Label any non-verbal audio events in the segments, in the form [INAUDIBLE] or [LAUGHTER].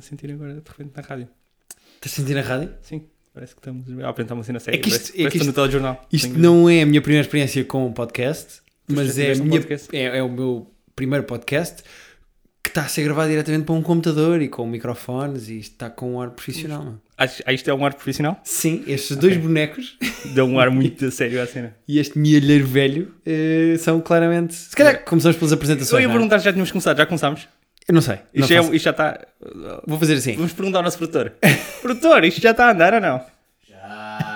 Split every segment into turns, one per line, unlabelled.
sentir agora de repente na rádio.
Estás a sentir na rádio?
Sim, parece que estamos a apresentar uma cena séria.
É que isto-
parece,
é que
parece
isto-
no telejornal.
Isto
Tenho-
não é a minha primeira experiência com um podcast,
já
mas é, a
tiveste um
minha,
podcast?
é, é o meu primeiro podcast que está a ser gravado diretamente para um computador e com microfones e isto está com um ar profissional. não?
Acho- ah, isto é um ar profissional?
Sim, estes dois bonecos [LAUGHS]
Deu um ar muito a sério à cena.
e este mielheiro velho eh, são claramente. Se calhar começamos
[LAUGHS]
pelas
Eu
apresentações.
ia
não é? Eu,
perguntar se já tínhamos começado, já começámos.
não sei. não
Isto, é- um-
faço.
isto já está.
Vou fazer assim.
Vamos perguntar ao nosso produtor. [LAUGHS] produtor, isto já está a andar ou não?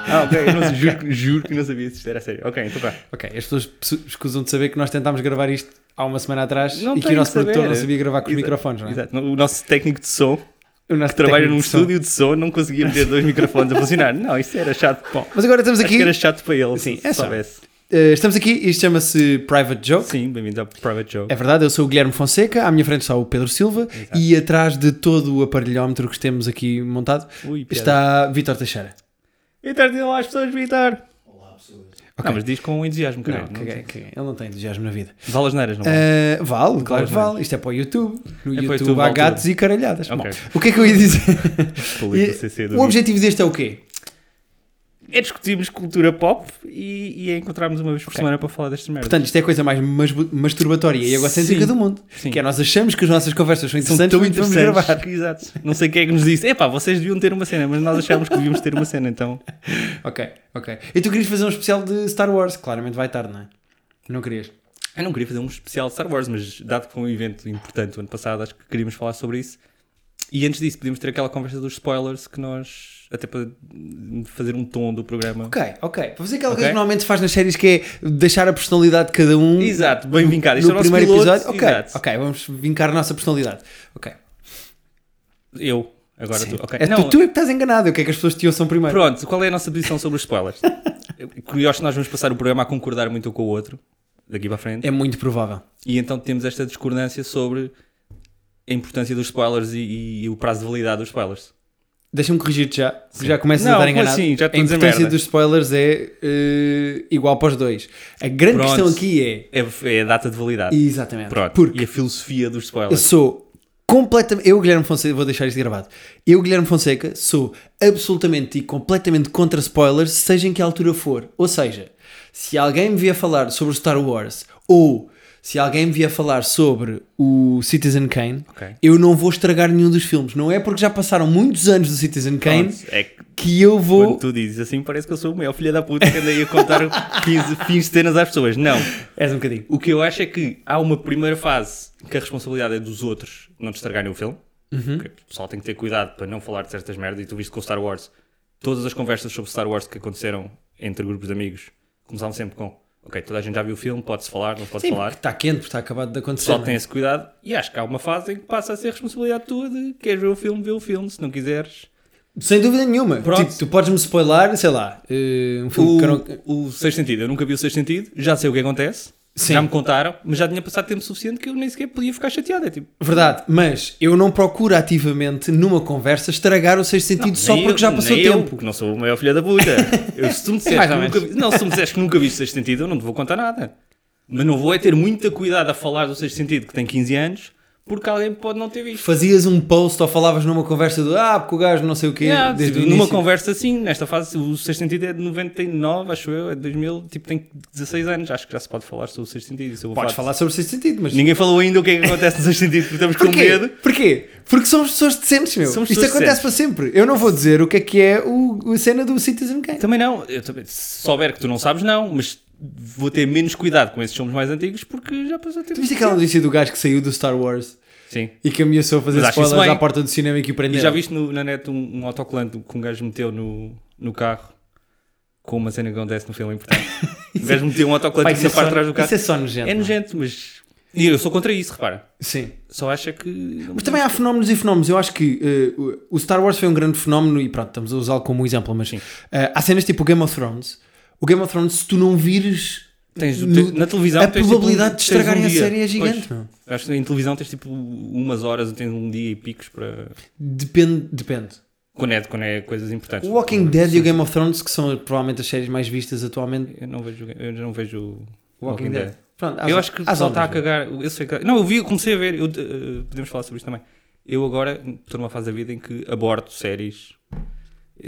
Ah, ok, eu não- juro, juro que não sabia se isto era sério. Ok, então pá.
Ok, as pessoas pesso- escusam de saber que nós tentámos gravar isto há uma semana atrás
Não
e que
tem
o nosso
que saber.
produtor não sabia gravar com os
Exato,
microfones, não é?
Exato. O nosso técnico de som,
O nosso
que trabalha
técnico
num
de som.
estúdio de som, não conseguia meter dois microfones a funcionar. Não, isso era chato. Bom,
Mas agora estamos
acho
aqui.
que era chato para ele,
Sim,
se
é só.
soubesse.
Eh, estamos aqui, isto chama-se Private Joke.
Sim, bem-vindo ao Private Joke.
É verdade, eu sou o Guilherme Fonseca, à minha frente está o Pedro Silva e atrás de todo o aparelhómetro que temos aqui montado
Ui, piada.
está Vítor Teixeira.
Vitor, diz lá às pessoas, Vitor.
Ok.
Não, mas diz com entusiasmo, caralho.
Não, caguei, caguei. Ele não tem entusiasmo na vida.
As aulas neiras, não é?
Ah, vale, claro que
Claro.
vale. Isto é para o YouTube. No
É para o
YouTube,
YouTube,
há
vale
gatos e caralhadas.
Ok.
Bom, o que é que eu ia dizer?
Público do CC do
o objetivo deste é o quê?
É discutirmos cultura pop e, e é encontrarmos uma vez por semana para falar destas merdas.
Portanto, isto é a coisa mais mas- masturbatória e egocêntrica
Sim.
do mundo.
Sim.
Que é nós achamos que as nossas conversas são interessantes, portanto, vamos
[LAUGHS]
gravar.
Exato. Não sei quem é que nos disse. Epá, vocês deviam ter uma cena, mas nós achámos que devíamos ter uma cena, então.
Ok, ok. E tu querias fazer um especial de Star Wars? Claramente vai tarde, não é? Não querias?
Eu não queria fazer um especial de Star Wars, mas dado que foi um evento importante o ano passado, acho que queríamos falar sobre isso. E antes disso, podíamos ter aquela conversa dos spoilers que nós. Até para hum, fazer um tom do programa.
Ok, ok. Vou fazer aquela
Ok.
coisa que normalmente se faz nas séries que é deixar a personalidade de cada um.
Exato, bem vincado. Isto
No
é o nosso
primeiro
piloto.
episódio, ok,
Exato.
ok, vamos vincar a nossa personalidade. Ok,
Eu. Agora tu. Ok.
é, tu, tu é que estás enganado. O que é que as pessoas te ouçam primeiro?
Pronto, qual é a nossa posição sobre os spoilers? [LAUGHS] Eu- Eu acho que nós vamos passar o programa a concordar muito um com o outro, daqui para a frente,
É muito provável.
e então temos esta discordância sobre a importância dos spoilers e, e- e o prazo de validade dos spoilers.
Deixa-me corrigir-te já, porque já começas a
Não,
estar
como
enganado.
assim? Já estou
a
a dizer
importância
merda.
dos spoilers é eh, igual para os dois. A grande
Pronto.
questão aqui é.
É, é a data de validade.
Exatamente.
Pronto.
Porque
E a filosofia dos
eu
spoilers.
sou completamente. Eu, Guilherme Fonseca, vou deixar isto gravado. Eu, Guilherme Fonseca, sou absolutamente e completamente contra spoilers, seja em que altura for. Ou seja, se alguém me vier falar sobre o Star Wars ou se alguém me vier falar sobre o Citizen Kane,
Ok.
eu não vou estragar nenhum dos filmes. Não é porque já passaram muitos anos do Citizen Kane
Pronto, é que
que eu vou.
quando tu dizes assim, parece que eu sou o maior filho da puta que andei a contar [LAUGHS] 15 fins de cenas às pessoas. Não.
És um bocadinho.
O que eu acho é que há uma primeira fase que a responsabilidade é dos outros não te estragarem o filme.
Uhum.
Que o pessoal tem que ter cuidado para não falar de certas merdas. E tu viste com Star Wars, todas as conversas sobre Star Wars que aconteceram entre grupos de amigos começavam sempre com: Ok, toda a gente já viu o filme, pode-se falar, não pode
Sim,
falar.
porque está quente, porque está acabado
O
de acontecer.
pessoal
não é?
tem esse cuidado. E acho que há uma fase em que passa a ser responsabilidade tua de queres ver o filme, vê o filme. Se não quiseres,
Sem dúvida nenhuma.
Pronto.
Tipo, tu podes-me spoiler, sei lá, eh, um filme que eu não...
o, o Sexto Sentido, eu nunca vi o Sexto Sentido, já sei o que acontece.
Sim.
Já me contaram, mas já tinha passado tempo suficiente que eu nem sequer podia ficar chateado. É tipo,
Verdade, mas eu não procuro ativamente numa conversa estragar o sexto sentido só
Nem
porque
eu-
já passou
nem eu,
tempo.
porque não sou o maior filho da puta. Eu, se tu me disseres
[LAUGHS] Mais
que
ou
nunca, vi- não, se tu me disseres que nunca viste o Sexto Sentido, eu não te vou contar nada. Mas não vou é ter muito cuidado a falar do Sexto Sentido, que tem 15 anos, porque alguém pode não ter visto.
Fazias um post ou falavas numa conversa do ah, porque o gajo não sei o quê,
Yeah,
desde
tipo,
o
numa
início.
conversa assim, nesta fase, o Sexto Sentido é de 99, acho eu, é de 2000, tipo, tem 16 anos, acho que já se pode falar sobre o Sexto Sentido. Isso eu vou
Podes
falar.
falar sobre o sexto sentido, mas...
Ninguém falou ainda o que é que acontece no Sexto Sentido, porque estamos com medo.
Porquê? Porquê? Porque somos pessoas decentes, meu.
Somos
Isto
pessoas
acontece para sempre. Eu não vou dizer o que é que é o, a cena do Citizen Kane.
Também não, eu também, se souber que tu não sabes, não, mas vou ter menos cuidado com esses filmes mais antigos porque já passou tempo.
Tu viste aquela notícia do gajo que saiu do Star Wars
Sim.
e que ameaçou fazer
Mas acho isso
spoilers
bem.
à porta do cinema e que o
E
prenderam?
já viste no- na net um, um autocolante que um gajo meteu no, no carro com uma cena que acontece no filme
[LAUGHS]
importante. o gajo meteu um
Pá,
autocolante
isso, é
na
só,
parte de trás do carro.
isso é só nojento.
é
mano.
nojento, mas. E eu sou contra isso, repara.
Sim.
Só acha que.
Mas também há fenómenos e fenómenos. Eu acho que eh, o- o Star Wars foi um grande fenómeno e pronto, estamos a usá-lo como um exemplo, mas
Sim.
eh, há cenas tipo o Game of Thrones. O Game of Thrones, se tu não vires,
Tens,
no-
na televisão.
a
tens tipo
probabilidade
um-
de
tens um
estragarem a
dia.
série é
Pois.
gigante. meu.
Acho que em televisão tens tipo umas horas, tens um dia e picos para.
Depende, depende.
Quando é, quando é coisas importantes.
O Walking Dead e o Game of Thrones, que são provavelmente as séries mais vistas atualmente.
Eu não vejo. Eu já não vejo.
Walking, Dead. Pronto, há
eu
zo-
acho que o
há
pessoal
zonas,
está a
meu.
cagar. Eu sei que- não, eu vi, eu comecei a ver. eu, eh, podemos falar sobre isto também. Eu agora estou numa fase da vida em que aborto séries.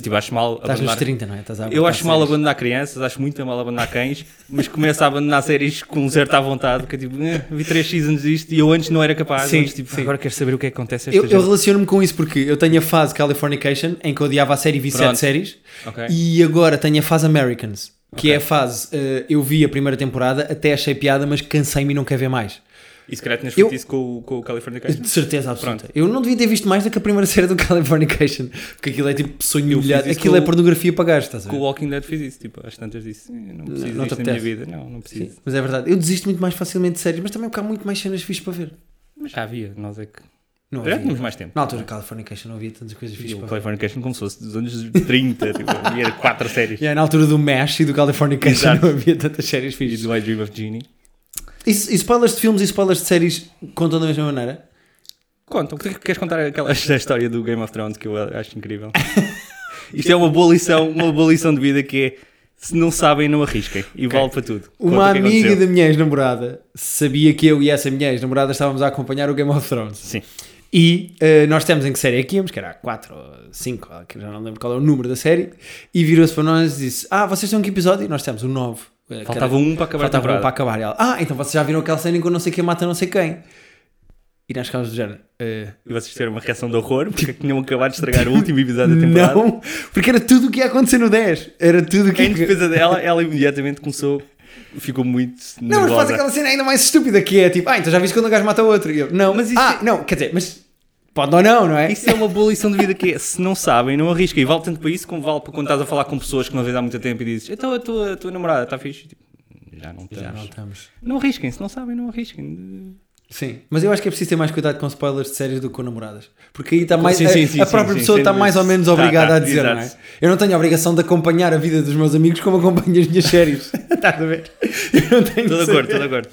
Tipo, acho mal
Estás nos
abandonar.
30, não é? Estás a
Eu
abortar
acho mal
séries.
abandonar crianças, acho muito mal abandonar cães, mas começo a abandonar séries com certa vontade, que é tipo, eh, vi três seasons disto e eu antes não era capaz,
Sim,
antes, tipo,
sim.
agora quero saber o que é que acontece a esta
Eu, eu
gente.
relaciono-me com isso porque eu tenho a fase Californication, em que eu odiava a série e vi sete
Pronto.
séries,
Ok.
e agora tenho a fase Americans, que é a fase eh, eu vi a primeira temporada, até achei piada, mas cansei-me e não quero ver mais.
E se calhar tinhas
eu-
feito isso com, o- com o California
De certeza absoluta. Eu não devia ter visto mais do que a primeira [LAUGHS] série do Californication, porque aquilo é tipo sonho
Eu fiz
molhado,
isso
aquilo
com
é
o-
pornografia para gajos, estás a
Com
ver?
o Walking Dead fiz isso, tipo, às tantas disse, "Eh, não preciso
não te
disto na minha
apetece.
vida, não, não preciso.
Sim, mas é verdade. Eu desisto muito mais facilmente de séries, mas também porque há muito mais cenas fixas para ver.
Mas já havia, nós é que.
Não
Já
havia.
tínhamos mais tempo.
Na altura do Californication não havia tantas coisas
E
fixas
o
para ver.
Californication como se fosse dos anos 30, [LAUGHS] tipo, havia quatro séries.
Yeah, na altura do MASH e do Californication
Exato.
[LAUGHS] não havia tantas séries
E
fixas.
do I Dream of Genie.
E, e spoilers de filmes e spoilers de séries contam da mesma maneira?
Conta, o que é que queres contar [LAUGHS] aquela esta história do Game of Thrones que eu acho [LAUGHS] incrível? Isto é uma boa lição, uma boa lição de vida que é se não sabem, não arrisquem. E vale para tudo. Conta
Uma
o que
amiga
aconteceu.
da minha ex-namorada sabia que eu e essa minha ex-namorada estávamos a acompanhar o Game of Thrones.
Sim.
E eh, nós temos em que série é que íamos, que era a 4 ou 5, ou que já não lembro qual é o número da série, e virou-se para nós e disse: Ah, vocês estão em que episódio? E nós temos o 9. eh, que
Faltava
era-
um para acabar a
faltava um
temporada.
para acabar. E ela, ah, então vocês já viram aquela cena em que eu não sei quem mata não sei quem. E nós ficámos do género. eh,
E vocês tiveram uma reação de horror porque é tinham acabado de [LAUGHS] estragar o último episódio da temporada. [LAUGHS] É
não, [LAUGHS] porque era tudo o que ia acontecer no 10. Era tudo o que
Em defesa dela, ela imediatamente começou, ficou muito
Não, mas faz
nervosa.
aquela cena ainda mais estúpida que é tipo, ah, então já viste quando um gajo mata o outro. E eu, não,
Mas
mas isso.
isso
Ah, não, quer dizer, mas pode ou não, não é?
Isso é uma boa lição de vida que é, se não sabem, não arrisquem. E vale tanto para isso como vale para quando estás a falar com pessoas que não vês há muito tempo e dizes, então a tua, a tua namorada está fixe? Tipo, já não estamos. não,
estamos.
arrisquem, se não sabem, não arrisquem.
Sim, mas eu acho que é preciso ter mais cuidado com spoilers de séries do que com namoradas. Porque aí está mais.
sim,
a-
sim, sim,
a própria
sim,
pessoa
sim,
está
sem
mais ou
dúvida.
menos
Tá,
obrigada
tá,
a dizer, não é?
exato.
Eu não tenho a obrigação de acompanhar a vida dos meus amigos como acompanho as minhas
[LAUGHS]
séries.
Tá
Estás a ver? Eu
Estou
não tenho que
de acordo,
saber.
estou de acordo.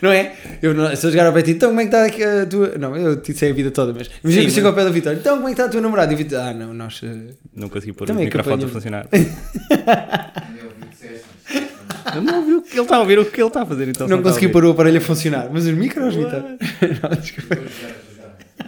Não é? Eu não, se eu chegar ao pé de ti, então como é que está aqui a tua. Não, eu te sei a vida toda, mas. Imagina que eu
mas-
chego ao pé da Vitória, então como é que está a tua namorada? E o Vitória, ah, não, nós. eh,
Não consegui pôr
Também
o microfone
acompanho-
a funcionar. Eu não ouvi o que ele está a ouvir, o que ele está a fazer. Então, se
não
está a
consegui
ouvir.
pôr o aparelho a funcionar, mas os micros, Vitor.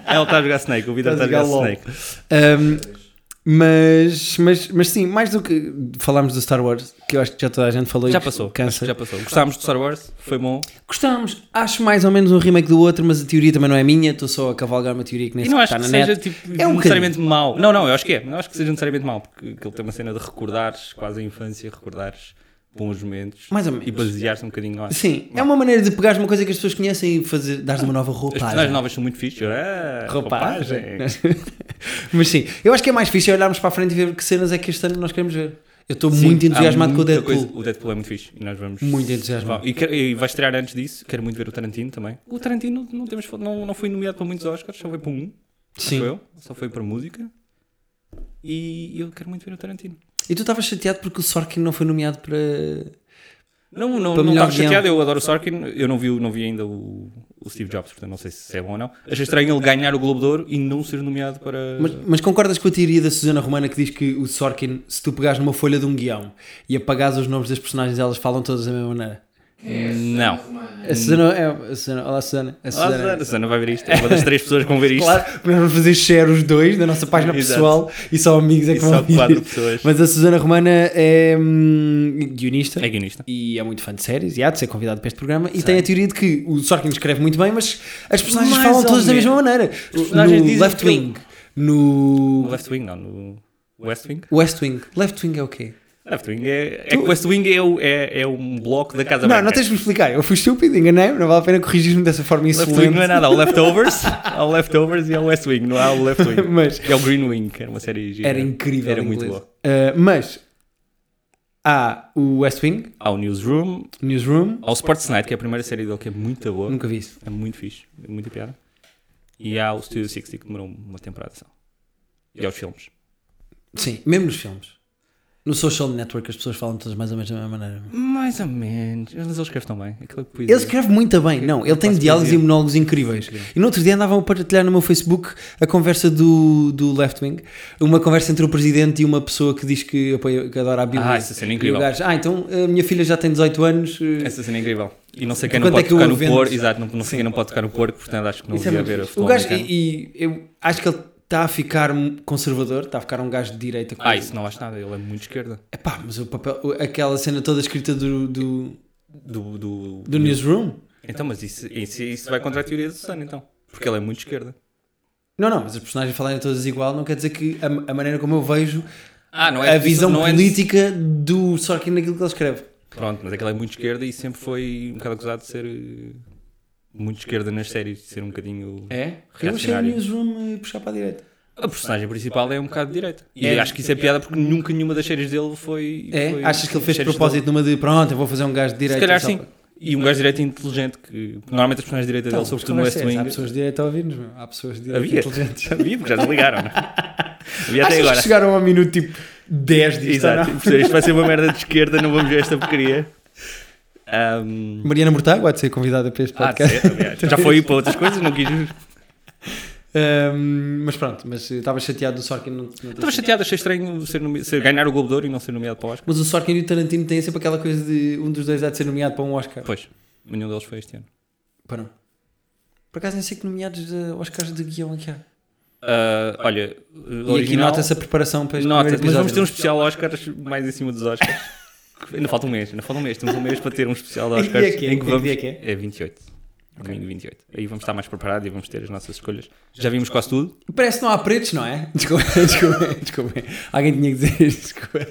Ela está a jogar Snake, o Vitor
Está
está
a
a jogar
jogar LOL.
Snake.
Um, mas, mas, mas sim, mais do que falámos do Star Wars, que eu acho que já toda a gente falou e
Já
que
passou,
Cansa.
já passou. Gostámos do Star Wars, foi bom.
Gostámos, acho mais ou menos um remake do outro, mas a teoria também não é minha, estou só a cavalgar uma teoria que nem
E não
sequer
acho
está
que
na
seja
net.
tipo,
É um
necessariamente mau. Não, não, eu acho que é. Não acho que seja necessariamente mau, porque ele tem uma cena de recordares quase a infância, recordares bons momentos
Mais
e
ou menos.
basear-se um bocadinho no
Sim, é uma maneira de pegares uma coisa que as pessoas conhecem e fazer, dar-lhe uma nova
As personagens
roupagem.
novas são muito fixes. Ah,
Roupagem.
roupagem.
mas sim, eu acho que é mais fixe é olharmos para a frente e ver que cenas é que este ano nós queremos ver. Eu estou
Sim,
muito
há
entusiasmado com o
muita
Deadpool.
coisa- O Deadpool é muito fixe. E nós vamos.
Muito entusiasmado.
Vá, E, quero- e vai estrear antes disso. Quero muito ver o Tarantino também. O Tarantino não, temos, fo- não, não foi nomeado para muitos Oscars, só foi para um. Sim.
Sim.
eu, só foi para música. E eu quero muito ver o Tarantino.
E tu estavas chateado porque o Sorkin não foi nomeado para.
Não, não,
Para
não
melhor
estava
guião.
chateado, eu adoro o Sorkin, eu não vi, o- não vi ainda o, o Steve Jobs, portanto não sei se é bom ou não. Achei estranho ele ganhar o Globo de Ouro e não ser nomeado para...
Mas, mas concordas com a teoria da Susana Romana que diz que o Sorkin, se tu pegares numa folha de um guião e apagares os nomes das personagens, elas falam todas da mesma maneira?
Não.
A Susana, é, a Susana olá Susana. A
Ah,
Susana.
Hum. Susana. Susana vai ver isto, é uma das três pessoas que vão ver isto.
Claro, nós vamos fazer share os dois da nossa página
Exato.
pessoal e só amigos é
E
que vão
só
ouvir.
quatro pessoas.
Mas a Susana Romana é hum, guionista
É guionista.
e é muito fã de séries e há de ser convidado para este programa e tem a teoria de que o Sorkin escreve muito bem, mas as personagens
Mais
falam
ou
todas da
menos.
mesma maneira.
personagens
No
dizem
Left
que-
Wing,
No
no
Left Wing não, no West Wing.
West Wing. Left Wing é o quê?
Left Wing é, é que o West Wing é, o- é, é um bloco da Casa
Não,
Branca.
não tens de me explicar. Eu fui estúpido, enganei-me. Não vale a pena corrigir-me dessa forma
Left Wing não é
insolente.
nada, há o Leftovers, há o Leftovers e há o West Wing, não há o Left Wing.
[LAUGHS] Mas
É o Green Wing, que era uma série gira.
era incrível.
Era
em
muito
inglês.
boa.
Uh, mas há o West Wing,
Há o Newsroom,
Newsroom.
há o Sports Night, que é a primeira série dele que é muito boa.
Nunca vi isso.
É muito fixe, é muita piada. E há o Studio 60 que demorou uma temporada só. E aos filmes.
Sim, mesmo nos filmes. No social network as pessoas falam todas mais ou menos da mesma maneira.
Mais ou menos. Mas ele escreve tão bem. Aquela poesia.
Ele escreve muito bem, não. Ele tem
Quase
diálogos e
poesia.
monólogos incríveis. E no outro dia andavam a partilhar no meu Facebook a conversa do, do Left Wing, uma conversa entre o presidente e uma pessoa que diz que, apoia, que adora a Bíblia.
Ah, essa cena é
E o
incrível.
gajo, ah, então a minha filha já tem 18 anos. eh,
Essa cena é incrível. E não sei
De
quem não
quanto
pode
é que o
tocar no
evento-
porco. Exato, não, não sei quem não pode tocar no porco, portanto acho que não
Isso é
devia
muito
haver a
fixe. o
futebol
gajo,
americano.
e, e eu acho que ele está a ficar um conservador, está a ficar um gajo de direita.
Ah, isso não acho nada. Ele é muito esquerda.
Epá, mas o papel, o- aquela cena toda escrita do, do,
Do, do,
do newsroom.
Então, mas isso, isso, isso vai contra a teoria do Sun, então. Porque ele é muito esquerda.
Não, não, mas as personagens falarem todas igual não quer dizer que a, a maneira como eu vejo
Ah, não
a visão
não
política do Sorkin naquilo que ele escreve.
Pronto, mas aquele é muito esquerda e sempre foi um bocado acusado de ser eh, muito esquerda nas séries, de ser um bocadinho.
É? Eu achei o
Reacionário.
newsroom eh, puxar para a direita.
A personagem principal é um bocado de direita. E
É.
acho que isso é piada porque nunca nenhuma das séries dele foi.
É?
foi-
Achas que ele fez de
séries
propósito numa de pronto, eu vou fazer um gajo de
dele.
direita?
Se calhar
só
sim.
para-
E um gajo de direita inteligente, que normalmente as personagens de direita
Então,
dele, sobretudo no
mas
West
sério, Há
Wing.
pessoas de direita a ouvir-nos, meu. Há pessoas de direita
é Havia. [LAUGHS]
inteligentes.
Havia, porque já desligaram, não é? Havia
Achas
até agora.
que chegaram ao minuto tipo 10 disto,
Exato.
ou não?
Isto vai ser uma merda de esquerda, não vamos ver esta porcaria. Ahm,
Mariana Mortágua há de ser convidada para este
há Ah, de
podcast.
ser, aliás.
Então
já foi para outras coisas, não quis.
[LAUGHS] Ahm, mas pronto, mas eh, estava chateado do Sorkin não, não ter
Estava chateado, achei estranho ser nome- ser- ganhar o Globo de Ouro e não ser nomeado para o Oscar.
Mas o Sorkin e o Tarantino têm sempre aquela coisa de um dos dois há de ser nomeado para um Oscar.
Pois, nenhum deles foi este ano.
Pá, não. Por acaso nem sei que nomeados de Oscars de guião aqui há.
Ah, olha,
E aqui nota-se a preparação para este
Nota,
primeiro
mas vamos ter um
episódio.
especial Oscars mais em cima dos Oscars. [LAUGHS] ainda falta um mês, ainda falta um mês. Temos um mês para ter um especial
Em que
Oscars.
dia que é?
em
Em que
vamos...
dia que é?
28. Domingo 28. Aí vamos estar mais preparados e vamos ter as nossas escolhas. Já vimos quase tudo.
Parece que não há pretos, não é? [LAUGHS] Desculpa, desculpa, desculpa. Alguém tinha que dizer isto. Desculpa,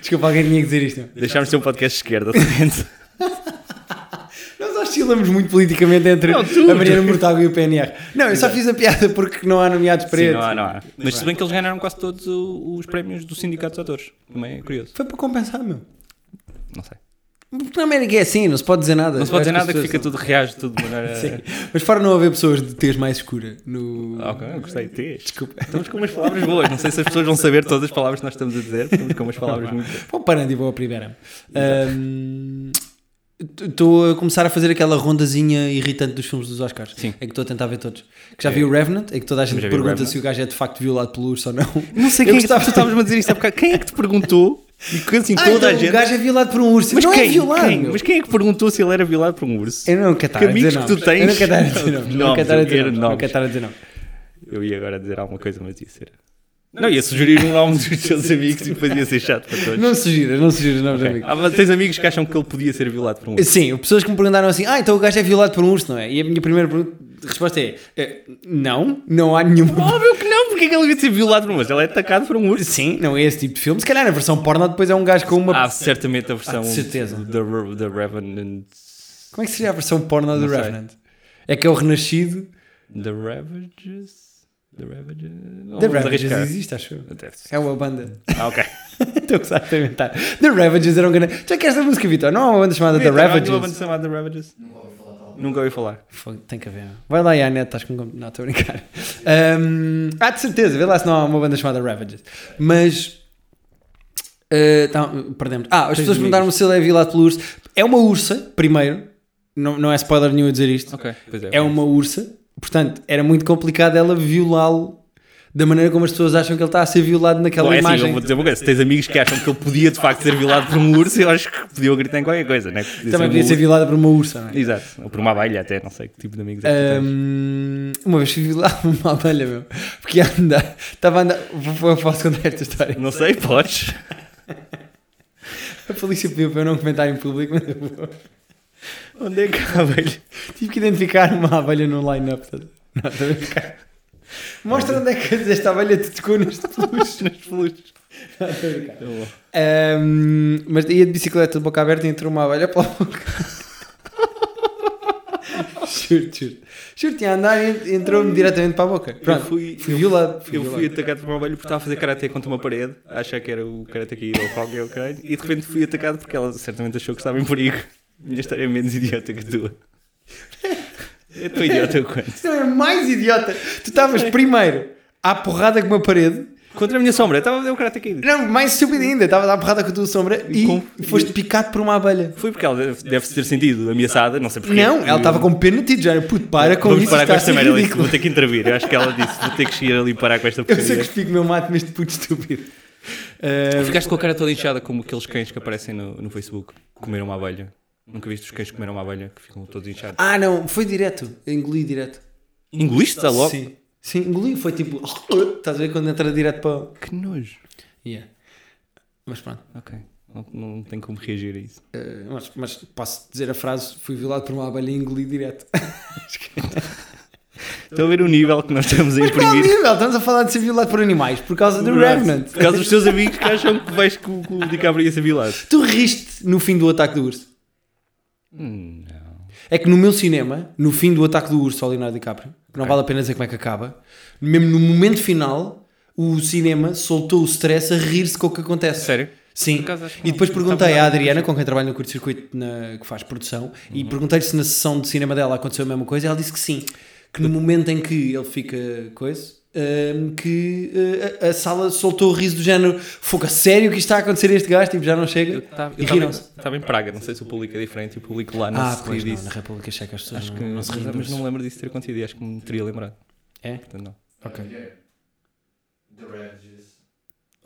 desculpa alguém tinha que dizer isto. não.
Deixámos de ser um podcast de
[LAUGHS]
esquerda, de
Nós oscilamos muito politicamente entre
Não, tu.
a Mariana Mortágua e o PNR. Não, eu só fiz a piada porque não há nomeados
Sim,
pretos.
não há, não há. Mas se bem que eles ganharam quase todos o- os prémios do Sindicato dos Atores. Também é curioso.
Foi para compensar, meu.
Não sei.
Porque na América é assim, não se pode dizer nada.
Não se pode dizer nada que
As pessoas
fica tudo reage, tudo de maneira.
Sim. Mas fora não haver pessoas de tez mais escura no.
Ok, eu gostei de ter.
Desculpa.
Estamos com umas palavras boas. Não sei se as pessoas vão saber todas as palavras que nós estamos a dizer. porque Estamos com umas
[LAUGHS]
palavras muito.
Vou parando e vou à primeira. Ahm, Estou a começar a fazer aquela rondazinha irritante dos filmes dos Oscars.
Sim.
É que estou a tentar ver todos. Que já vi o Revenant, é que toda a gente
já vi o
pergunta
Revenant.
se o gajo é de facto violado pelo urso ou não.
Não sei quem é
Eu
que
gostava-
tu estavas-me a dizer isto há bocado. Quem é que te perguntou? E que assim
Ah,
toda
então
a gente.
o gajo é violado por um urso.
Mas
não
quem?
é violado.
Quem?
meu.
Mas quem é que perguntou se ele era violado por um urso?
Eu não quero estar
Que
a dizer
amigos que
nomes.
tu tens?
Eu não quero estar a dizer nomes. Não quero estar a
Nomes, eu
dizer
quero
nomes. Não
nomes.
quero estar a dizer nomes.
Eu ia agora dizer alguma coisa, mas ia ser. Não, ia sugerir um nome dos teus amigos e depois ia ser chato para todos.
Não sugiras, não sugiras nomes, amigo.
Ah, mas tens amigos que acham que ele podia ser violado por um urso.
Sim, pessoas que me perguntaram assim: Ah, então o gajo é violado por um urso, não é? E a minha primeira pergunta- resposta é: eh, Não, não há nenhuma.
Óbvio que não, porque é que ele ia ser violado por um urso? Ele é atacado por um urso.
Sim, não é esse tipo de filme. Se calhar na versão porno depois é um gajo com uma.
Há certamente a versão
Ah, de certeza.
da Re- da Revenant.
Como é que seria a versão porno do
Não sei.
Revenant? É que é o Renascido.
The Ravages? The Ravages? Não,
The
vamos
Ravages
arriscar.
existe, acho eu.
Deve ser.
É uma banda.
Ah, ok.
[LAUGHS] Estou a gostar de inventar. The Ravages era um grande. Já que esta música, Vitor? Não há uma banda chamada The
Vitor, há alguma banda
Ravages.
chamada The Ravages? Nunca ouvi falar.
Fogo, Tem que haver. Vai lá e à net, estás com. Não, estou a brincar. Ahm, ah, de certeza, vê lá se não há uma banda chamada Ravages. Mas. ah, então, perdemos. Ah, as pessoas
amigos.
perguntaram se ele é violado pelo urso. É uma ursa, primeiro. Não, não é spoiler nenhum eu dizer isto.
Ok. Pois é.
É uma ursa. Portanto, era muito complicado ela violá-lo da maneira como as pessoas acham que ele está a ser violado naquela
Bom, é assim,
imagem.
eu vou dizer uma coisa. Se tens amigos que acham que ele podia de facto ser violado por um urso, eu acho que podiam gritar em qualquer coisa, né? Podia
Também podia
um
ser violada por uma ursa, não é?
urso. Exato. Ou por uma abelha até, não sei que tipo de amigos é que tu tens.
Ahm, uma vez fui lá uma abelha, meu. Porque ia andar. Estava a andar. vou- vou- Posso contar esta história?
Não sei, podes.
A polícia pediu para eu não comentar em público, mas eu vou.
Onde é que a abelha?
Tive que identificar uma abelha no line-up. tá- Não, estou a brincar. Mostra onde é que esta abelha te tocou neste peluche.
Nas peluches. Tá
Não, estou a brincar. Ahm, mas ia de bicicleta de boca aberta e entrou uma abelha pela boca. juro, juro. Juro, tinha a andar e entrou-me diretamente para a boca. Pronto,
fui-
fui violado.
Eu fui
violado.
atacado por uma abelha porque estava a fazer karatê contra uma parede, a achar que era o karate aqui ou qualquer o caralho, e de repente fui atacado porque ela certamente achou que estava em perigo. Minha história é menos idiota que a tua. [LAUGHS] É tão idiota quanto.
Isso é mais idiota. Tu estavas primeiro à porrada com uma parede
Contra a minha sombra, Então, eu estava a ver o Karate Kid.
Não, mais estúpido ainda, estava a dar porrada com a tua sombra e
Com-
foste picado por uma abelha.
Foi porque ela deve- deve-se ter sentido ameaçada, não sei porquê.
Não, ela estava com pena de ti, já era puto, para com
Vamos
isso.
parar
está
com
a
esta
ser
merda, ela disse,
ridículo.
vou ter que intervir. Eu acho que ela disse, vou ter que chegar ali e parar com esta
Eu sei que
porcaria.
espigo meu mato, mas este puto estúpido. Ah,
Ficaste com a cara toda inchada como aqueles cães que aparecem no, no Facebook, comeram uma abelha. Nunca viste os cães que comeram uma abelha, que ficam todos inchados.
ah, não, foi direto. Eu engoli direto.
Engoliste-a logo?
Sim. Sim, engoli. Foi tipo. [LAUGHS] Estás a ver quando entra direto para.
Que nojo.
Yeah. Mas pronto.
Ok, não, não tenho como reagir a isso.
Eh, mas, mas posso dizer a frase: fui violado por uma abelha e engoli [LAUGHS] direto.
Estão a ver o nível que nós estamos a
Qual
imprimir?
nível? Estamos a falar de ser violado por animais por causa do Revenant.
Por causa dos teus amigos que acham que vais com com o DiCaprio ia ser violado.
Tu riste no fim do ataque do urso.
Hum, Não.
É que no meu cinema, no fim do ataque do urso ao Leonardo DiCaprio, que não vale a pena dizer como é que acaba, mesmo no momento final, o cinema soltou o stress a rir-se com o que acontece.
Sério?
Sim.
Por acaso acho que
E
não.
depois
Não
perguntei
estava
à
nada
Adriana, com quem trabalho no curto-circuito na- que faz produção, e
Uhum.
perguntei-lhe se na sessão de cinema dela aconteceu a mesma coisa. E ela disse que sim. Que no momento em que ele fica coisa. hum, que uh, a, a sala soltou o riso do género fogo a sério que isto está a acontecer a este gajo tipo, já não chega
Eu estava
e riram-se
em- estava em Praga, não sei se o público é diferente e o público lá não
ah
se
pois
ri
não,
disso.
na República Checa as pessoas
Acho
não,
que
não se riram
mas
disso.
não me lembro disso ter acontecido e acho que me teria lembrado.
É?
Portanto, não.
Ok.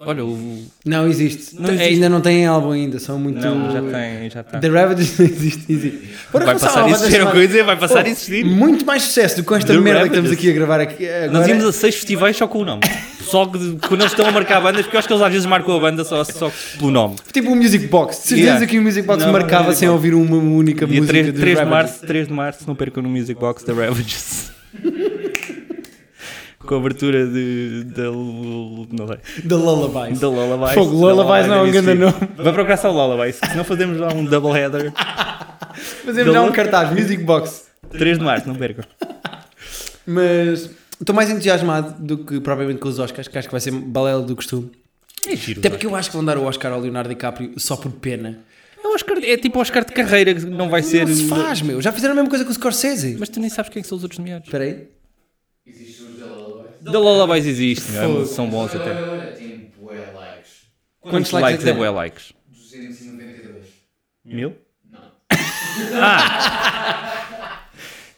Olha, o.
Não existe. Então,
Não existe.
Ainda não tem álbum ainda, são muito.
Não, já tem, já tá. está.
The Ravages não existe, existe. Bora
Vai
começar
passar
lá,
a existir,
vai
era o que eu ia dizer, vai passar a
Oh,
existir.
Muito mais sucesso do que com esta
The
merda que
Ravages.
estamos aqui a gravar aqui. eh, Agora,
Nós íamos a seis festivais só com o nome. Só que de- quando eles estão a marcar bandas, porque eu acho que eles às vezes marcam a banda só, só pelo nome.
Tipo um Music Box. De certeza
Yeah.
que o um Music Box
Não,
marcava
Music
sem
Box.
ouvir uma única
Dia
música
3,
dos
3 de
Ravages.
março, 3 de março, não percam no Music Box da Ravages. [LAUGHS] Com a abertura de. da. não sei.
The Lullabies.
Da Lullabies.
Fogo,
Da
Lullabies não é um
Lullabies,
grande
isso. Vai procurar só Lullabies, se não fazemos lá um double header.
Fazemos
The
já um
Lull-
cartaz, Music Box.
3 de março, não percam.
Mas estou mais entusiasmado do que propriamente com os Oscars, que acho que vai ser balela do costume.
É giro.
Até porque eu acho que vão dar o Oscar ao Leonardo DiCaprio só por pena.
É, um Oscar, é tipo Oscar de carreira, que não vai ser.
Não se faz, meu. Já fizeram a mesma coisa com o Scorsese.
Mas tu nem sabes quem são os outros nomeados.
Espera aí.
Da Lullabies existe, é?
Fogo.
são bons até.
Tem bué likes.
Quantos,
Quantos likes
likes é
é que tem?
bué likes?
292.
Mil?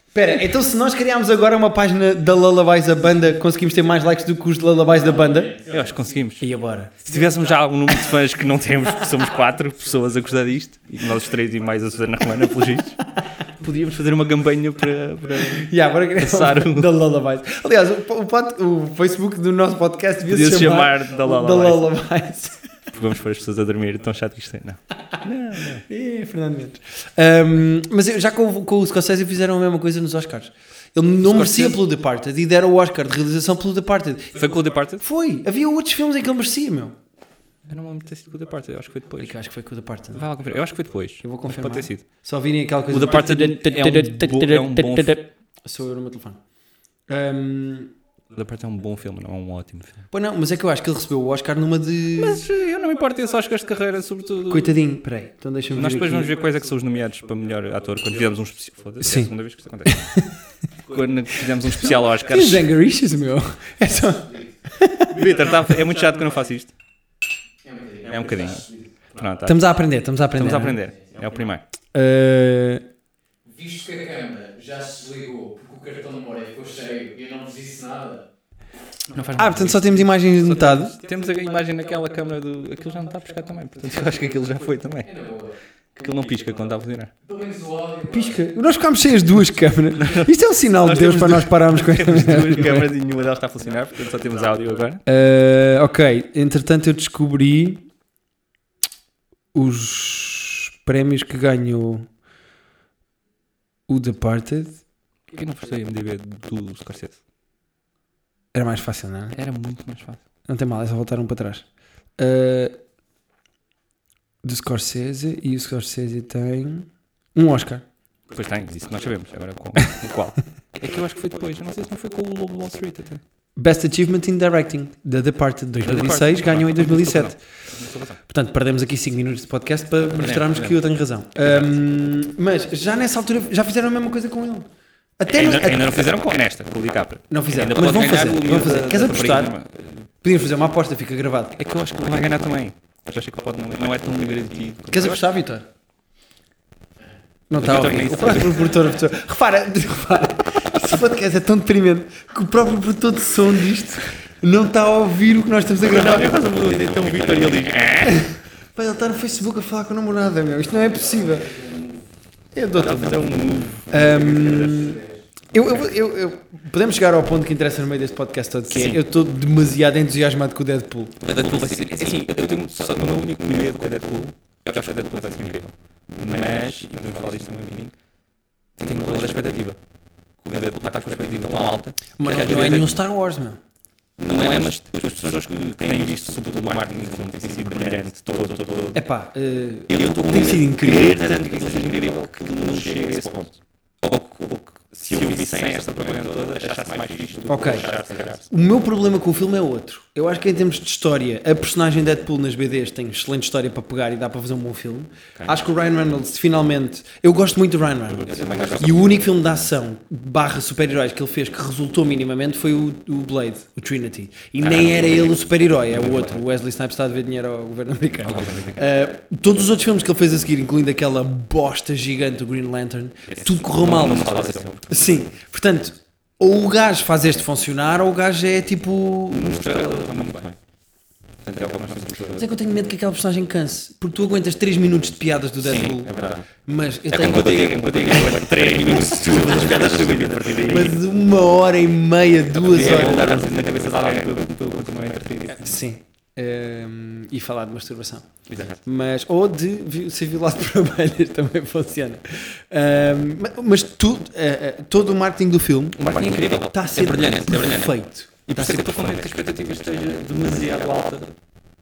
Espera, então se nós criarmos agora uma página da Lullabies da banda, conseguimos ter mais likes do que os de Lullabies da banda?
Eu acho que conseguimos.
E agora?
Se tivéssemos já algum número de fãs que não temos, porque somos quatro pessoas a gostar disto, e nós os três e mais a Susana Romana, pelos vistos, podíamos fazer uma campanha para. para...
E agora queremos
Passar o-
[LAUGHS] da Lullabies. Aliás, o, o pod- o Facebook do nosso podcast devia se
Podia-se
chamar,
chamar da
o
Lullabies.
Lullabies. [LAUGHS]
Porque vamos pôr as pessoas a dormir, tão chato que isto é. Não.
Ih, Fernando Mendes. Ahm, mas eu- já com, com o Scorsese fizeram a mesma coisa nos Oscars. Ele não merecia pelo Departed e deram o Oscar de realização pelo Departed.
Foi com o Departed?
Foi! Havia outros filmes em que ele merecia, meu.
Eu não me lembro de ter sido com o Departed, eu acho que foi depois.
Eu acho que foi com o Departed.
Vai lá conferir, eu acho que foi depois.
Eu vou
Mas
confirmar.
Pode ter sido.
Só virem aquela coisa.
O Departed é um bo- é um bom filme.
Sou eu no meu telefone. Ahm,
O Departed é um bom filme, não é um ótimo filme.
pois não, mas é que eu acho que ele recebeu o Oscar numa de.
Mas eh, eu não me importo, eu só acho que de carreira, sobretudo.
Coitadinho, peraí. Então deixa-me
Nós
ver
depois
aqui.
vamos ver quais é que são os nomeados para melhor ator quando fizermos um especial. Foda-se, é
Sim.
a segunda vez que isto acontece. quando fizemos um especial Oscar.
Que Zanger Issues, meu. [LAUGHS] É só.
Tá. Vitor, tá- é muito chato que eu não faço isto.
É um bocadinho.
É um bocadinho. Pronto, tá.
Estamos a aprender, estamos a aprender.
Estamos a
não é?
aprender. É o primeiro.
Ah,
Visto que a cama já se desligou porque o cartão de memória ficou cheio e eu não vos disse nada.
Não faz
ah, portanto só temos imagens de metade.
Temos a imagem naquela câmara do. Aquilo já não está a piscar também, portanto eu acho que aquilo já foi também.
É na boa.
Aquilo não pisca quando está a funcionar.
Pelo menos o áudio.
Pisca. Nós ficámos sem as duas câmaras. Isto é um sinal
Nós
de Deus
temos
para nós pararmos com esta
Temos duas
merda.
câmaras e nenhuma delas está a funcionar, portanto só temos áudio agora.
Ah, ok, entretanto eu descobri os prémios que ganhou o Departed.
Porquê não forcei a MDB do Scorsese?
Era mais fácil, não é?
Era muito mais fácil.
Não tem mal, é só voltar um para trás. Ah, do Scorsese e o Scorsese tem um Oscar.
Pois tem, isso nós sabemos. Agora com, com qual? É que eu acho que foi depois. Eu não sei se não foi com o Lobo de Wall Street até.
Best Achievement in Directing, da Departed de 2006, ganhou em 2007. Portanto, perdemos aqui 5 minutos de podcast para mostrarmos que eu tenho razão. Ahm, mas já nessa altura já fizeram a mesma coisa com ele. Até
Ainda,
no-
ainda não fizeram com nesta, com o DiCaprio.
Não fizeram,
Ainda
mas
pode
vão
ganhar
fazer,
o
vão
miúdo
fazer.
da-
Queres
da rapariga,
apostar?
não é?
Podíamos fazer uma aposta, fica gravado.
É que eu acho que ele vai ganhar também. Mas acho que ele pode não, não é tão divertido.
Queres
Eu acho-
apostar, Vitor? Não está a
Vitor
ouvir.
nem
O próprio produtor apostou. Repara, [LAUGHS] repara, este podcast é tão deprimente que o próprio produtor de som disto não está a ouvir o que nós estamos a
Não,
gravar.
eu quase me então o Vitor e ele diz. "Ah",
Pá, ele está no Facebook a falar com a namorada, meu. Isto não é possível. Eu dou-te
Ele
um-
faz um move.
Hum, eu, eu- eu- eu- podemos chegar ao ponto que interessa no meio deste podcast todo, que é,
Sim.
eu estou demasiado entusiasmado com o Deadpool.
O Deadpool vai ser. Assim, eu tenho só o meu único medo com o Deadpool. Eu acho que o Deadpool vai ser incrível. Mas, e podemos falar disto também um bocadinho, tenho uma da expectativa. O Deadpool está com a expectativa tão alta.
Mas
que às
não é
vezes
nenhum Star Wars, meu.
Não é, mas as pessoas acho que têm visto, sobretudo o Martin, não tem sido brilhante, todo, todo, todo.
É pá, eh,
Eu estou com
Tem
medo
sido
de
incrível.
querer tanto que aquilo seja incrível que não chegue a esse ponto. Ou que, ou que se eu vivissem esta propaganda toda, achasse mais fixe do que
Ok.
achasse, achasse.
o meu problema com o filme é outro. Eu acho que em termos de história, a personagem Deadpool nas BDs tem excelente história para pegar e dá para fazer um bom filme. Acho que o Ryan Reynolds finalmente. Eu gosto muito do Ryan Reynolds.
também gosto.
E o único filme de ação barra super-heróis que ele fez que resultou minimamente foi o, o Blade, o Trinity. E
Ah,
nem era ele o super-herói, é o outro. O Wesley Snipes está a dever dinheiro ao governo americano. Ah, todos os outros filmes que ele fez a seguir, incluindo aquela bosta gigante do Green Lantern, tudo correu mal.
Não se fala desse filme.
Sim, portanto, ou o gajo faz este funcionar, ou o gajo é tipo.
Não mostrou ela está muito bem. Portanto, é o que nós estamos a
Mas é que eu tenho medo que aquela personagem canse, porque tu aguentas 3 minutos de piadas do Deadpool.
é verdade.
mas eu
É
tenho
como eu digo, como eu digo, é
[LAUGHS]
3 minutos de tudo, as piadas de subida.
mas de uma hora e meia, duas
É
horas.
voltar a dizer na cabeça de alguém pelo- pelo quanto não é entretido.
Sim. Ehm, e falar de masturbação.
Exato.
Mas, ou de [LAUGHS] vi- ser violado por abelhas também funciona. Ehm, ma- mas tu, eh, eh, todo o marketing do filme
O marketing é incrível.
está Tá a ser Tá
é brilhante, é brilhante.
perfeito.
E por isso é que eu estou com medo que a expectativa esteja demasiado alta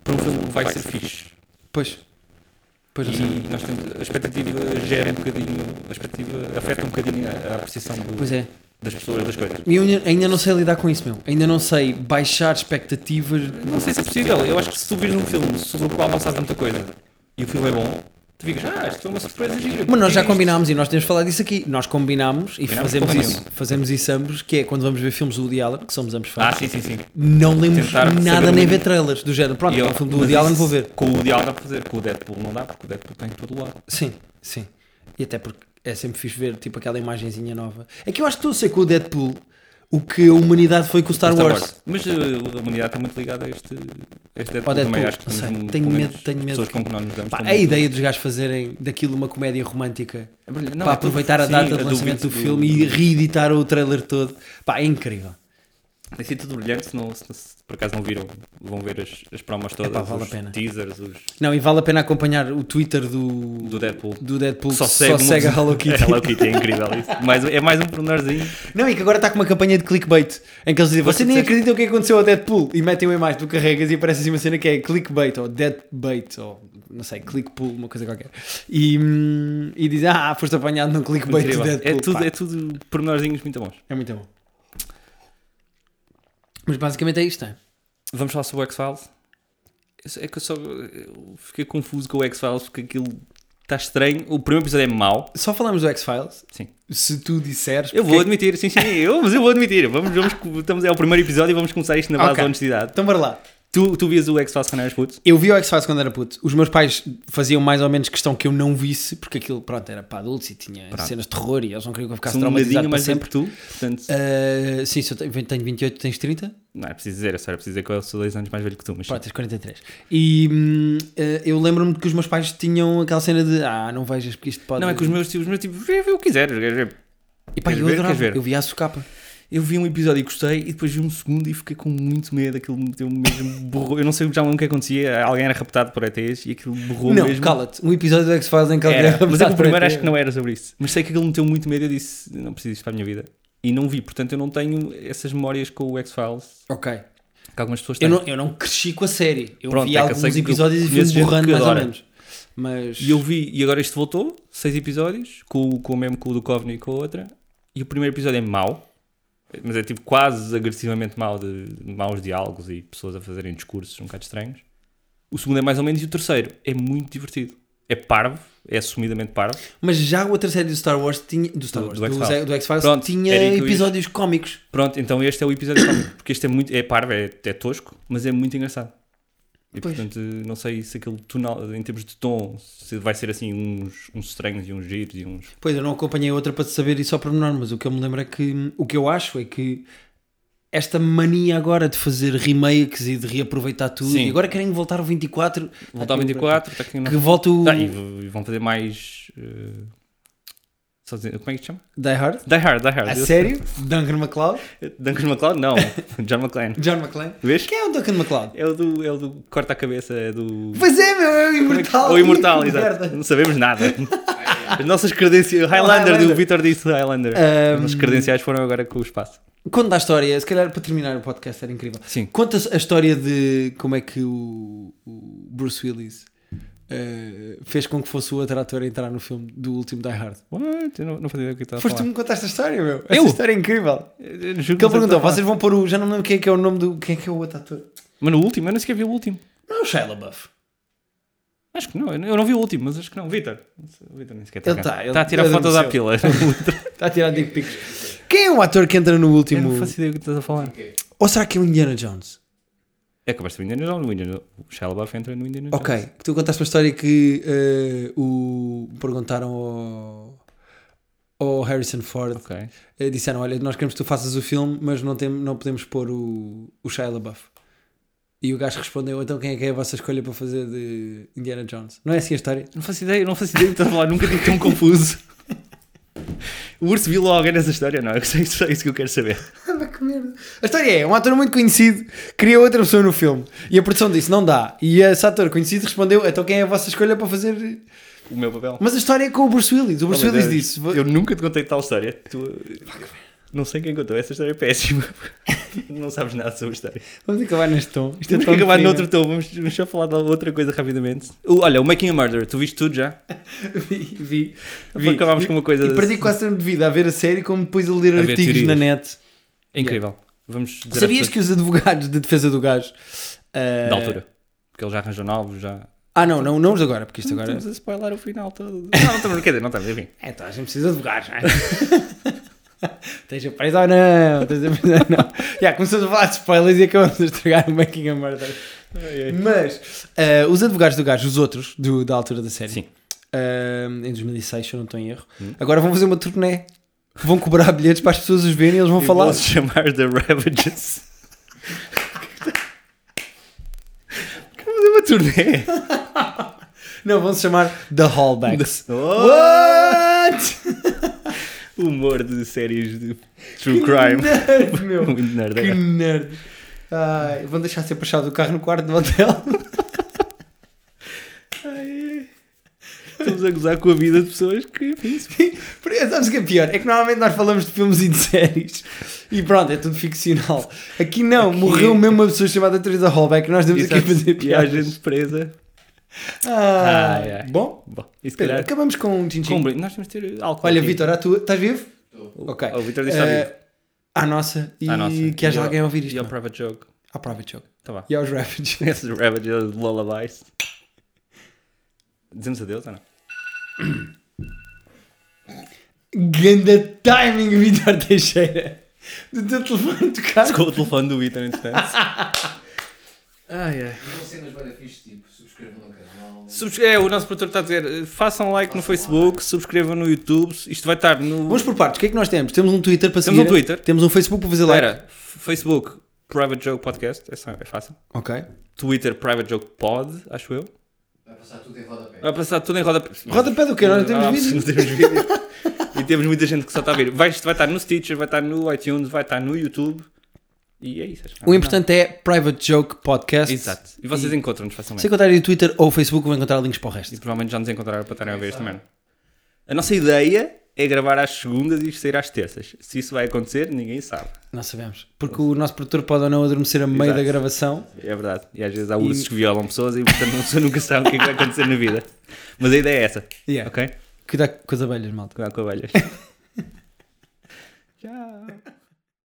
para um filme que vai ser fixe.
Pois. Pois não sei.
E nós temos, a expectativa gera um bocadinho, a expectativa afeta um bocadinho a, a percepção do-
Pois é.
das pessoas, das coisas.
E eu ainda- ainda não sei lidar com isso, meu. Ainda não sei baixar expectativas.
Não sei se é possível, eu acho que se tu vires um filme sobre o qual não sabes muita coisa e o filme é bom, tu digas, ah, isto foi uma surpresa gira.
Mas nós já
Isto-
combinámos e nós temos falado disso aqui. Nós combinámos e
Combinámos,
fazemos
combinamos.
isso. Fazemos isso ambos, que é quando vamos ver filmes do Woody Allen, que somos ambos fãs.
Ah, sim, sim, sim.
Não lemos
Tentar
nada
saber
nem
o-
ver trailers do género. Pronto,
E eu-
é um filme do
mas
Woody Allen,
isso
vou ver.
Com o Woody Allen dá para fazer, com o Deadpool não dá, porque o Deadpool tem em todo lado.
Sim, sim. E até porque é sempre fixe ver tipo aquela imagenzinha nova. É que eu acho que estou a ser com o Deadpool o que a humanidade foi com o Star, Wars.
Mas uh, a humanidade está muito ligada a este, a este Deadpool,
Ao Deadpool,
também. Acho que
não
temos
sei.
um- pelo
Tenho medo,
menos
tenho medo
pessoas
que-
com que nós nos damos
Pá,
também.
a ideia dos gajos fazerem daquilo uma comédia romântica
É brilhante. Não,
para
é tudo-
aproveitar a
sim,
data de
a
lançamento do
dúvida
filme e reeditar o trailer todo. Pá, é incrível.
Tem sido tudo brilhante, se, não, se, se por acaso não viram, vão ver as, as promos todas,
Epá, vale
os
a pena.
teasers, os
Não, e vale a pena acompanhar o Twitter do,
do Deadpool.
do Deadpool
Que
que só segue,
uma-
a Hello Kitty.
Hello Kitty, [LAUGHS] é incrível isso. Mais, um- é mais um
[LAUGHS]
pormenorzinho.
Não, e que agora está com uma campanha de clickbait em que eles dizem você nem acredita o que aconteceu ao Deadpool e metem uma imagem, tu carregas e aparece assim uma cena que é clickbait ou deadbait ou não sei, clickpool, uma coisa qualquer. E, hum, e dizem ah, foste apanhado num clickbait do
Incrível.
Deadpool.
É tudo,
Pá,
é tudo pormenorzinhos muito bons.
é muito bom. Mas basicamente é isto, é?
Vamos falar sobre o X-Files? É que eu só eu fiquei confuso com o X-Files porque aquilo está estranho. O primeiro episódio é mau.
Só falamos do X-Files.
Sim.
Se tu disseres.
Eu
porque- é
vou admitir, sim, sim, eu, mas eu vou admitir. Vamos, vamos, estamos, é o primeiro episódio e vamos começar isto na base
Ok.
da honestidade.
Então bora lá.
Tu, tu vias o X-Files quando eras puto?
Eu vi o X-Files quando era puto. Os meus pais faziam mais ou menos questão que eu não visse, porque aquilo, pronto, era para adultos e tinha cenas de terror e eles não queriam que eu ficasse
Sou um nadinho
traumatizado para
mais
sempre.
sempre tu. Portanto,
Ah, sim, se eu tenho, tenho 28, tens 30?
não é preciso dizer, é só era preciso dizer que eu sou dois anos mais velho que tu. Mas
Pronto, tens 43. E hum, ah, eu lembro-me que os meus pais tinham aquela cena de ah, não vejas porque isto pode.
não, é que os meus, os meus tipo, vê, vê o que quiseres.
E pá,
Queres
eu
ver?
adorava,
Queres ver?
eu vi a socapa.
Eu vi um episódio e gostei, e depois vi um segundo e fiquei com muito medo. Aquilo me deu mesmo [LAUGHS] borrou. Eu não sei já o que acontecia. Alguém era raptado por ETs e aquilo borrou
Não,
mesmo.
cala-te. Um episódio do X-Files em que alguém [LAUGHS]
Era, mas é que
raptado
o primeiro
para
acho
ter.
que não era sobre isso. Mas sei que aquilo me deu muito medo e eu disse, não preciso disto para a minha vida. E não vi, portanto eu não tenho essas memórias com o X-Files
Ok.
que algumas pessoas têm.
Eu não, eu não cresci com a série. Eu
Pronto,
vi
é que eu
alguns
sei que eu
episódios e
conheço
fui
gente
borrando
que
mais ou
adora.
menos. Mas.
E eu vi, e agora isto voltou, seis episódios, com, o- com o mesmo com o do Covenant e com a outra. E o primeiro episódio é mau, mas é tipo quase agressivamente mau, de maus diálogos e pessoas a fazerem discursos um bocado estranhos. O segundo é mais ou menos, e o terceiro é muito divertido. é parvo, é assumidamente parvo.
Mas já a outra série do Star Wars tinha. Do Star
Do-
Wars,
do
do,
X-Files.
Zé- do X-Files
Pronto,
tinha
era aí que eu ia.
episódios cómicos.
Pronto, então este é o episódio cómico, [COUGHS] porque este é muito. É parvo, é, é tosco, mas é muito engraçado. E
Pois.
portanto, não sei se aquele tonal, em termos de tom, se vai ser assim uns, uns estranhos e uns giros e uns.
Pois eu não acompanhei a outra para saber isso ao pormenor, mas o que eu me lembro é que o que eu acho é que esta mania agora de fazer remakes e de reaproveitar tudo,
Sim.
e agora querem voltar ao 24.
Voltar ao 24, está tá aqui
Que
não.
volta o
Ah, e v- e vão fazer mais. eh, só dizer, como é que se chama?
Die Hard.
Die Hard, Die Hard.
A
Eu-
sério? Duncan MacLeod?
Duncan MacLeod? Não, John McClane.
John McClane?
Vês?
Quem é o Duncan MacLeod?
É o do, é o do corta a cabeça, é do.
Pois é, meu, é o
Como é que-
Imortal.
Ou imortal,
[LAUGHS] Que
exato.
merda.
Não sabemos nada. As nossas credenciais. Highlander,
Highlander.
do Vitor disse Highlander.
Ahm.
As nossas credenciais foram agora com o espaço.
Conta a história, se calhar para terminar o podcast era incrível.
Sim.
Conta a história de como é que o, o Bruce Willis eh, fez com que fosse o outro ator a entrar no filme do último Die Hard.
What? Eu não, não fazia ideia do que estava a
Foste tu que
falar.
me contaste a história, meu. Essa
Eu?
história é incrível.
Eu juro que
Porque ele
não sei o que
perguntou:
estava a falar.
vocês vão pôr o. Já não me lembro quem é que é o nome do. Quem é que é o outro ator?
Mas no último, eu nem sequer vi o último.
Não é o Shia LaBeouf.
Acho que não, eu não vi o último, mas acho que não. Vitor, Vitor nem sequer está
Ele
cá.
tá, ele
Está a tirar
adormeceu.
fotos à [LAUGHS] pila.
Está a tirar dick pics. Quem é o ator que entra no
Eu
último.
não faço ideia do que estás a falar.
Ou será que é o Indiana Jones?
É que acabaste o Indiana Jones, o Indiana O Shia LaBeouf entra no Indiana Jones.
Ok, tu contaste uma história que eh, o perguntaram ao, ao Harrison Ford.
Ok.
Eh, disseram: Olha, nós queremos que tu faças o filme, mas não, tem, não podemos pôr o, o Shia LaBeouf. E o gajo respondeu: Então quem é que é a vossa escolha para fazer de Indiana Jones? Não é assim a história?
Não faço ideia, não faço ideia do que estás a falar. Nunca tive tão confuso. [LAUGHS] O urso viu logo nessa história, não? É isso, é isso que eu quero saber.
[LAUGHS] Anda que merda. A história é: um ator muito conhecido queria outra pessoa no filme. E a produção disse: Não dá. E esse ator conhecido respondeu: Então quem é a vossa escolha para fazer.
O meu papel.
Mas a história é com o Bruce Willis. O Bruce
Oh, meu
Willis
Deus,
disse: "Vou-
Eu nunca te contei tal história. Tu... Não sei quem contou, essa história é péssima. [LAUGHS] não sabes nada sobre a história.
Vamos acabar neste tom. Isto é
Temos que
tão
acabar
frio.
noutro tom, vamos, vamos só falar de outra coisa rapidamente. O- olha, o Making a Murder, tu viste tudo já?
vi, vi.
Vi, acabámos com uma coisa
E
desse.
perdi quase tempo de vida a ver a série, como depois a ler
A ver
artigos na
teorias.
net.
É incrível. Vamos dizer
Sabias
a
que os advogados de defesa do gajo. eh,
pessoa- Da altura. Porque ele já arranjou novos, já...
Ah, não, não, não os de agora, porque isto agora.
Estamos a spoiler o final todo. Não, não estamos, quer dizer, não estamos, enfim.
É, então a gente precisa de advogados, não é? [LAUGHS] Esteja preso ou não? Esteja preso ou não?
[LAUGHS]
Já começamos a falar de spoilers e acabamos de estragar o Making a Murder. Mas eh, os advogados do gajo, os outros, do- da altura da série,
Sim. Hum.
eh, em 2006, se eu não estou em erro, agora vão fazer uma turnê. Vão cobrar bilhetes para as pessoas os verem e eles vão
Eu
falar.
posso chamar The Ravages. Como é uma turnê?
Não, vão se chamar The Hallbacks. What?
Humor de séries de [LAUGHS] true crime.
Nerd,
[LAUGHS]
meu.
Muito nerd.
Que
é.
nerd. Ai, vão deixar sempre a chave do carro no quarto do hotel.
é. Ai, Estamos a gozar com a vida de pessoas que. enfim, se-
Porque, Sabes o que é pior? É que normalmente nós falamos de filmes e de séries e pronto, é tudo ficcional. Aqui não,
Aqui- é
morreu mesmo uma pessoa chamada Teresa Hallback e nós temos aqui a
Exato.
fazer
E há
piagens.
gente presa.
Ah,
Ai, ai.
Bom,
Bom, e se
Pedro,
calhar.
acabamos com um
com um
tchim
brinde. Nós temos de ter álcool.
Olha,
aqui.
Vitor, a tua- estás vivo?
O-
Ok.
O Vitor disse que está
Eh,
vivo.
À nossa e
À nossa.
que haja
E ao-
alguém a ouvir isto.
E ao
não?
Private Joke.
À prova de jogo.
Tá bom.
E aos Ravages.
Esse Ravages de Lullabies. Dizemos adeus ou não?
[LAUGHS] Ganda timing, Vitor Teixeira. Do teu telefone tocar.
Ficou o telefone do Vitor, entretanto. [LAUGHS] ai, ai.
Mas vão cenas bem fixe, tipo, subscrevam no canal.
Subs- É, o nosso produtor está a dizer: eh, façam like no Facebook, subscrevam no YouTube. Isto vai estar no.
Vamos por partes. O que é que nós temos? Temos um Twitter para
Temos
seguir.
um Twitter.
Temos um Facebook para fazer like.
Espera, F- Facebook, Private Joke Podcast. É, só- é fácil.
Ok.
Twitter, Private Joke Pod, acho eu.
Vai passar tudo em rodapé.
Vai passar tudo em rodapé.
Rodapé do quê? Nós não temos
Ah,
vídeo.
não [LAUGHS] temos vídeo. e temos muita gente que só está a ver. Vai, isto vai estar no Stitcher, vai estar no iTunes, vai estar no YouTube. E é isso. acho que
O
não.
importante é Private Joke Podcast.
Exato. E vocês encontram-nos facilmente.
Se encontrarem o Twitter ou o Facebook, vão encontrar links para o
E
resto.
provavelmente já nos encontraram para estarem a ver esta merda. A nossa ideia é gravar às segundas e sair às terças. Se isso vai acontecer, ninguém sabe.
Não sabemos. Porque o nosso produtor pode ou não adormecer a meio
Exato.
da gravação.
É verdade. E às vezes há ursos que violam pessoas e portanto uma pessoa nunca sabe o que é que vai acontecer na vida. Mas a ideia é essa.
Yeah.
Ok?
Cuidado com as abelhas, malta.
Cuidado com abelhas. Tchau.